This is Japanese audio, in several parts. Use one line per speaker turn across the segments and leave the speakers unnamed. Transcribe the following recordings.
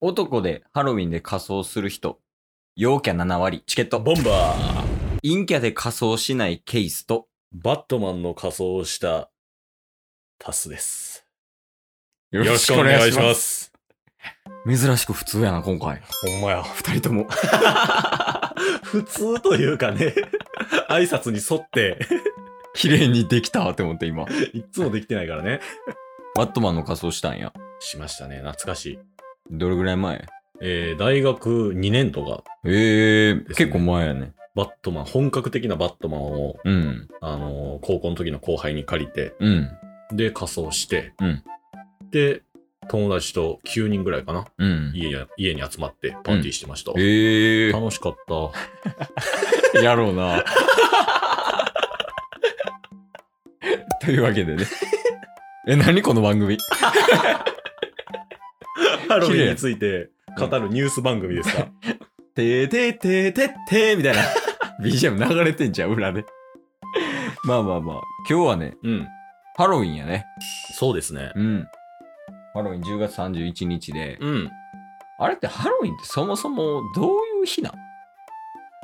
男でハロウィンで仮装する人。陽キャ7割。チケット。
ボンバー
陰キャで仮装しないケースと。
バットマンの仮装をしたタスです。
よ
よろしくお願いしま。す。
珍しく普通やな、今回。
ほんまや。
二人とも。
普通というかね、挨拶に沿って、
綺麗にできたって思って今。
いっつもできてないからね。
バットマンの仮装したんや。
しましたね。懐かしい。
どれぐらい前
えー、大学2年とか、
ええー、
ですね
結構前やね。
バットマン、本格的なバットマンを、
うん。
あのー高校の時の後輩に借りて、
うん。
で、仮装して、
うん
で、友達と9人ぐらいかな、
うん。
家や家に集まってパーティーしてました。
ええ
楽しかった。
ー、やろうな。 というわけでね。え、何この番組
ハロウィンについて語るニュース番組ですか。
てーてーてーてってーみた いな BGM 流れてんじゃん、裏で。まあまあまあ、今日はね、
うん。
ハロウィンやね。
そうですね。
うん。ハロウィン10月31日で、
うん。
あれってハロウィンってそもそもどういう日なん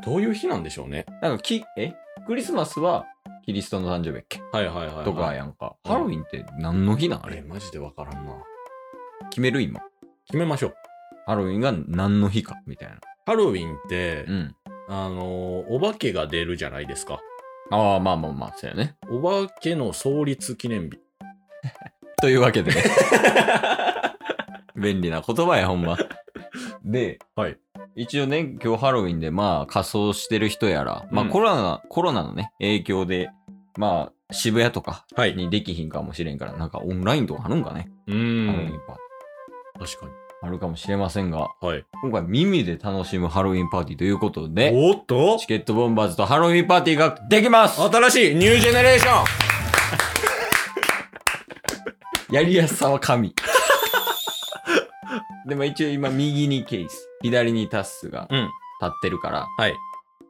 どういう日なんでしょうね。
なんかき、えクリスマスはキリストの誕生日やっけ
はいはいはい、はい。
とかやんか。
うん
ハロウィンって何の日なんあ
あ
れ
れ、マジでわからんな。
決める今。
決めましょう。
ハロウィンが何の日かみたいな。
ハロウィンって、
うん。
あのーお化けが出るじゃないですか。
ああ、まあまあまあ、そうやね。
お化けの創立記念日。
というわけでね。 便利な言葉や、ほんま。で、
はい
一応ね、今日ハロウィンで、まあ、仮装してる人やら、まあ、
うん
コロナ、コロナのね、影響で、まあ、渋谷とか
はい。
にできひんかもしれんから、なんかオンラインとかあるんかね。
う
ハロウィン
ん。
パーテ
確かに。
ィーあるかもしれませんが、
はい。
今回耳で楽しむハロウィンパーティーということで、
おっと
チケットボンバーズとハロウィンパーティーができます
新しいニュージェネレーション
やりやすさは神。 でも一応今右にケース、左にタッスが
うん
立ってるから、
はい。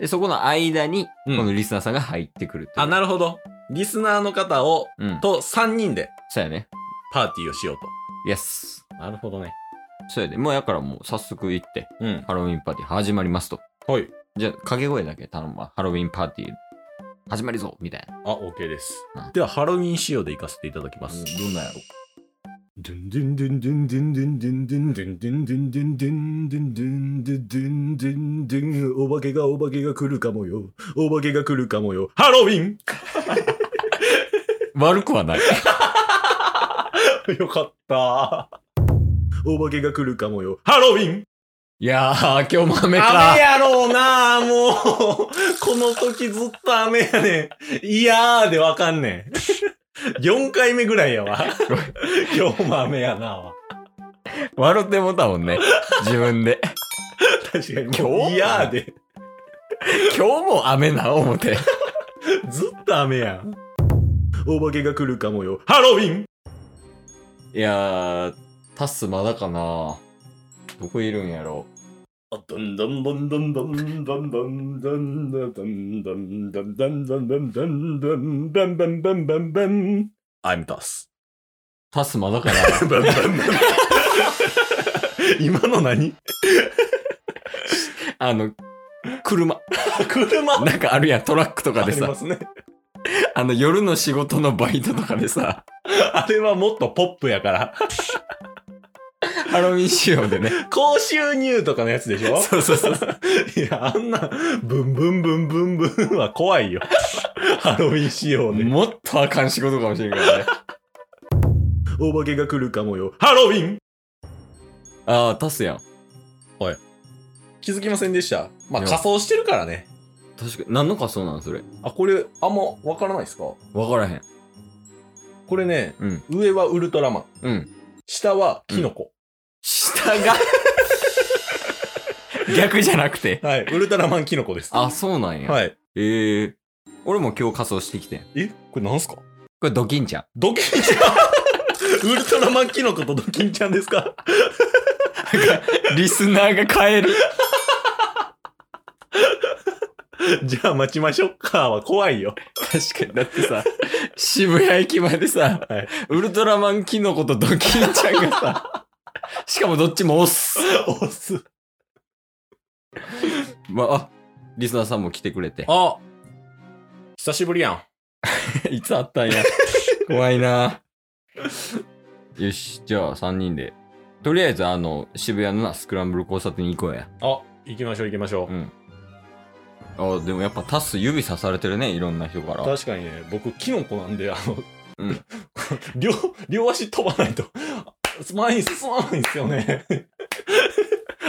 で、そこの間に、
うん
このリスナーさんが入ってくる
あ、な
る
るほど。リスナーの方を、
うん。
と3人で
そうやね。
パーティーをしようと。
イエス。
なるほどね。
そうやで。もうやからもう早速行って、
うん。
ハロウィンパーティー始まりますと。
はい。
じゃあ掛け声だけ頼むわ。ハロウィンパーティー始まりぞみたいな。
あ、OK です
うん。
では、ハロウィン仕様で行かせていただきます。
どんなやろ
ドゥンドゥンドゥンドゥンドゥンドゥンドゥンドゥンドゥンドゥンドゥンドゥンドゥンドゥンドゥンドゥンドゥンドゥンドゥンお化けがお化けが来るかもよ。お化けが来るかもよ。ハロウィン
悪くはない。
よかった。お化けが来るかもよ。ハロウィン
いやー、今日豆
雨
か。
やろうなもう。この時ずっと雨やねん。いやーでわかんねん。4回目ぐらいやわ。今日も雨やな
笑ってもうたもんね。自分 で。
確かに。
今日
いやーで。
今日も雨な、思て。
ずっと雨やん。お化けが来るかもよ。ハロウィン
いやー、タスまだかなどこいるんやろ
どんどんどんどんどんどんどんどんどんどんどんどんどんどんどんどんどんどんどんどんどんどん I'm Das.
タスまだかな
今の何
あの、車。
車
なんかあるやん、トラックとかで
あり
さ
ま。すね。
あの、夜の仕事のバイトとかで さ、
あれはもっとポップやから。
ハロウィン仕様でね。
高収入とかのやつでしょ
そうそうそう。
いや、あんな、ブンブンブンブンブンは怖いよ。ハロウィン仕様で。
もっとあかん仕事かもしれんから ね。
お化けが来るかもよ。ハロウィン
あー、タスやん。
気づきませんでした。ま
い
あ、
や
仮装してるからね。
確かに、何の仮装なんそれ。
あ、これ、あんまわからないですか
わからへん。
これね、
うん。
上はウルトラマン、
うん。
下はキノコ。
下が逆じゃなくて。
はい、ウルトラマンキノコです。
あ、そうなんや。
はい。
ええー。俺も今日仮装してきてん。
え、これなんすか
これドキンちゃん。
ドキンちゃん ウルトラマンキノコとドキンちゃんですか
リスナーが帰る。
じゃあ待ちましょうかは怖いよ。
確かに。だってさ、渋谷駅までさ、
はい
ウルトラマンキノコとドキンちゃんがさ、しかもどっちも押す。
押す。
まあ、あリスナーさんも来てくれて。
あ久しぶりやん。
いつあったんや。怖いな。よし、じゃあ3人で。とりあえず、あの、渋谷のなスクランブル交差点に行こうや。
あ、行きましょう行きましょう。
うん。あ、でもやっぱタス指さされてるね、いろんな人から。
確かにね、僕、キノコなんで、あの、
うん
両、両足飛ばないと、前に進まないんですよね。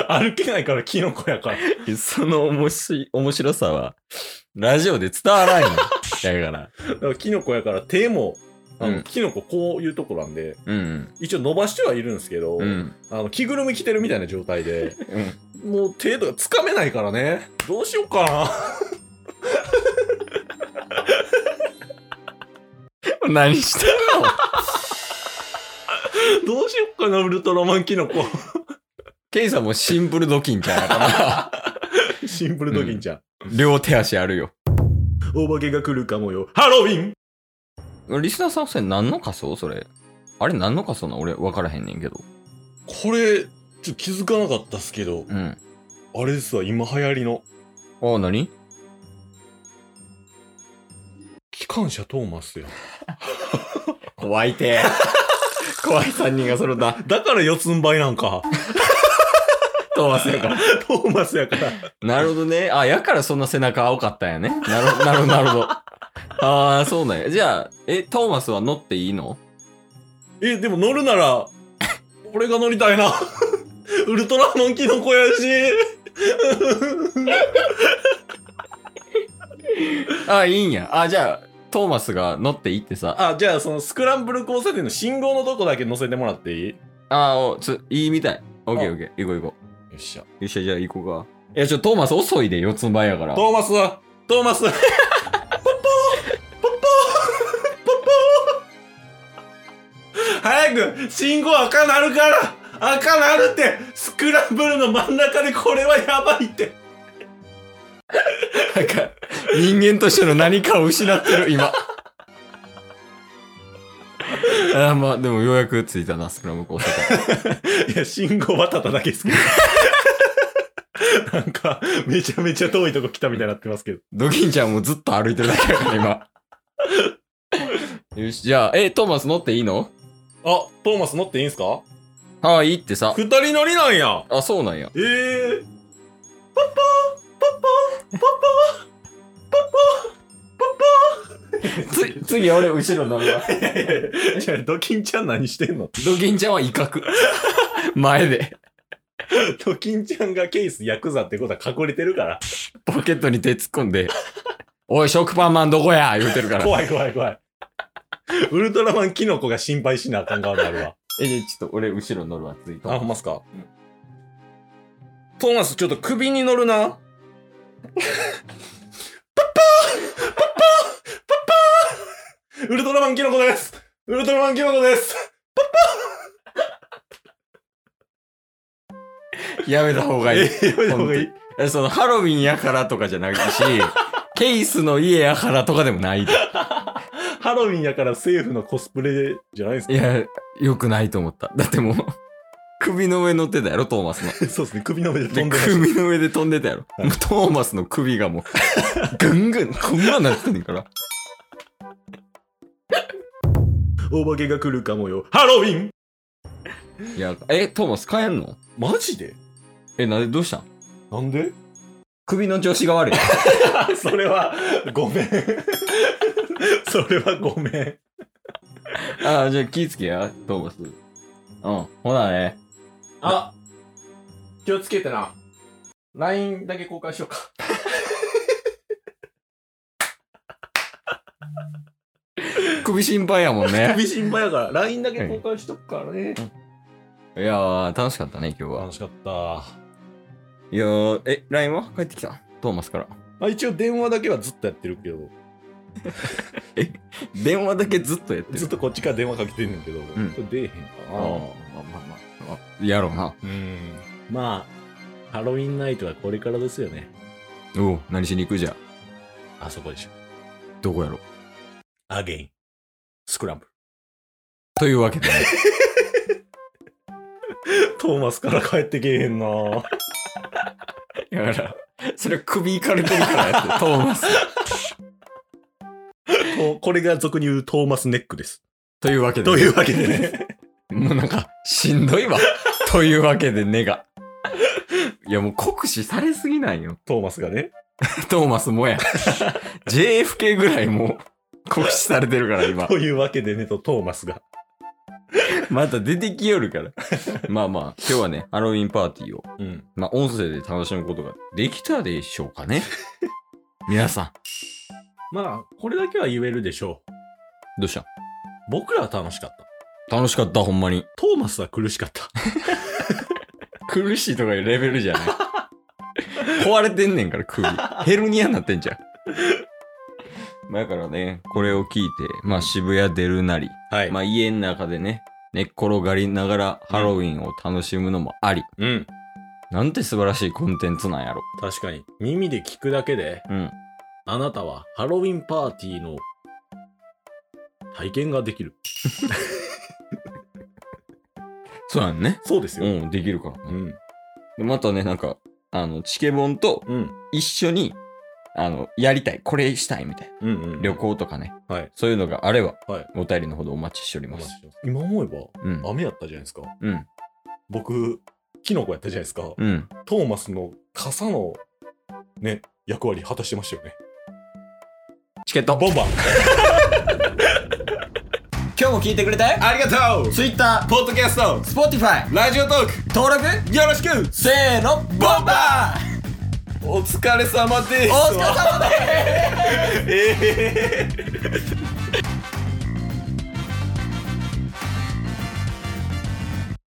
歩けないからキノコやから。
その面白い面白さは、ラジオで伝わらんよ。 だから。
だからキノコやから手も、あの
うん
キノコこういうとこなんで、
うん
一応伸ばしてはいるんですけど、
うん。うん。
あの着ぐるみ着てるみたいな状態で、
うん。
もう手とかつかめないからね、どうしようかな。
何してんの
どうしようかな、ウルトラマンキノコ。
ケイさんもシンプルドキンちゃうか
シンプルドキンちゃん。
な。両手足あるよ。
お化けが来るかもよ。ハロウィン
リスナーさんそれ何の仮装それ。あれ何の仮装なん俺分からへんねんけど。
これ、ちょっと気づかなかったっすけど、
うん。
あれですわ、今流行りの。
あ、何
機関車トーマスや。
怖いて。 怖い3人が揃った。
だから四つん這いなん か。
トーマスやから。
トーマスやから。
なるほどね。あ、やからそんな背中青かったんやね。なるほど、なるほど、なるほど。ああ、そうなんや。じゃあ、え、トーマスは乗っていいの
え、でも乗るなら、俺が乗りたいな。ウルトラマンキノコやし。
あいいんや。あじゃあ、トーマスが乗っていいってさ。
あ、じゃあそのスクランブル交差点の信号のとこだけ乗せてもらっていいよ
あおつ、いいみたい。オッケーオッケー。行こう行こ
っしゃ。
う。よっしゃ、じゃあ行こうか。いや、ちょ、トーマス遅いで、四つん這いやから。
トーマストーマスポッポーポッポーポッポー早く信号赤なるから赤なるってスクランブルの真ん中でこれはやばいって
なんか、人間としての何かを失ってる、 今。あーまあ、でもようやく着いたな、スクラム交差点。
いや信号渡っただけ ですけどなんかめちゃめちゃ遠いとこ来たみたいになってますけど
ドキンちゃんもずっと歩いてるだけやから、 今。よし、じゃあ、え、トーマス乗っていいの
あトーマス乗っていいんすか
ああ、いいってさ。
二人乗りなんや
あ、そうなんや。
ええ
つ、次俺後ろ乗る わ。
いやいやいやいやドキンちゃん何してんの
ドキンちゃんは威嚇。前で。
ドキンちゃんがケースヤクザってことは隠れてるから
ポケットに手突っ込んで、おい、食パンマンどこや言うてるから。
怖い怖い怖い。ウルトラマンキノコが心配しなあかん側になるわ。
え、じゃあちょっと俺後ろ乗るわ、ついて。
んますか、トーマス、ちょっと首に乗る な。パパパパパパウルトラマンキノコですウルトラマンキノコです
やめた方がいい。
えやめた方が
本当
いい
にえその、ハロウィンやからとかじゃ ないし、ケイスの家やからとかでもないで。
ハロウィンやから政府のコスプレじゃないです
いや、良くないと思った。だってもう、首の上乗ってたやろ、トーマスの。
かそうですね、首の上で飛
で、
んでる。
首の上で飛んでたやろ。もうトーマスの首がもう、ぐんぐん、こんなんなってんねんから。
お化けが来るかもよ。ハロウィン
いや、え、トーマス帰んの
マジで
え、なんでどうしたん
なんで
首の調子が 悪い。
それは、ごめん。 それはごめん。
ああ、じゃあ気ぃつけや、トーマス。うん、ほなね。
あ気をつけてな。LINE だけ交換しようか。
首心配やもんね。
首心配やから、LINE だけ交換しとくからね。
いやー、楽しかったね、今日は
楽。しかった。
いやー、え、LINE は帰ってきたトーマスから。
まあ一応電話だけはずっとやってるけど、
電話だけずっとやってる。
ずっとこっちから電話かけてんねんけど、
ん
出えへんか
あー
な。
まあまあまあ。あやろうな。
うん。まあ、ハロウィンナイトはこれからですよね。
おう何しに行くじゃあ
あそこでしょ。
どこやろう
ア ゲイン。スクランブル。
というわけで、
トーマスから帰ってけえへ んな
だから、それ首いかれてるからや って、トーマス。
とこれが俗に言うトーマスネックです。
というわけで。
というわけでね。
もうなんか、しんどいわ。というわけで、根が。いや、もう酷使されすぎないよ。
トーマスがね。
トーマスもや。JFK ぐらいもう、酷使されてるから、 今。
というわけでねとトーマスが。
また出てきよるから。まあまあ、今日はね、ハロウィンパーティーを、
うん。
まあ、音声で楽しむことができたでしょうかね。 皆さ
まあ、これだけは言えるでしょ
ん、
う。
どうした
僕らは楽しかった。
楽しかった、ほんまに。
トーマスは苦しかった。
苦しいとかいうレベルじゃない。 壊れてんねんから、首。 ヘルニアになってんじゃん。まあだからね、これを聞いて、まあ渋谷出るなり、
はい
まあ家の中でね、寝っ転がりながらハロウィンを楽しむのもあり、
うん。
なんて素晴らしいコンテンツなんやろ。
確かに。耳で聞くだけで、
うん。
あなたはハロウィンパーティーの体験ができる。
そうやんね。
そうです
う
よ。
ん、できるから、ね
ん。
でまたね、なんか、あの、チケボンと
うん。
一緒に、あの、やりたい、これしたいみたいな。
うん。うん。
旅行とかね、
はい。
そういうのがあれば、
はい
お便りのほどお待ちしており
お
ま
待ち
す。
してます今思えば、
うん。
雨やったじゃないですか。
うん。
僕、キノコやったじゃないですか。
うん。
トーマスの傘の、ね、役割果たしてましたよね。
チケット
ボンバー
今日も聞いてくれてありがとう Twitter、ポッドキャスト、Spotify、ラジオトーク登録よろしくせーのボンバー
お疲れ様です
お疲れ様です
ええ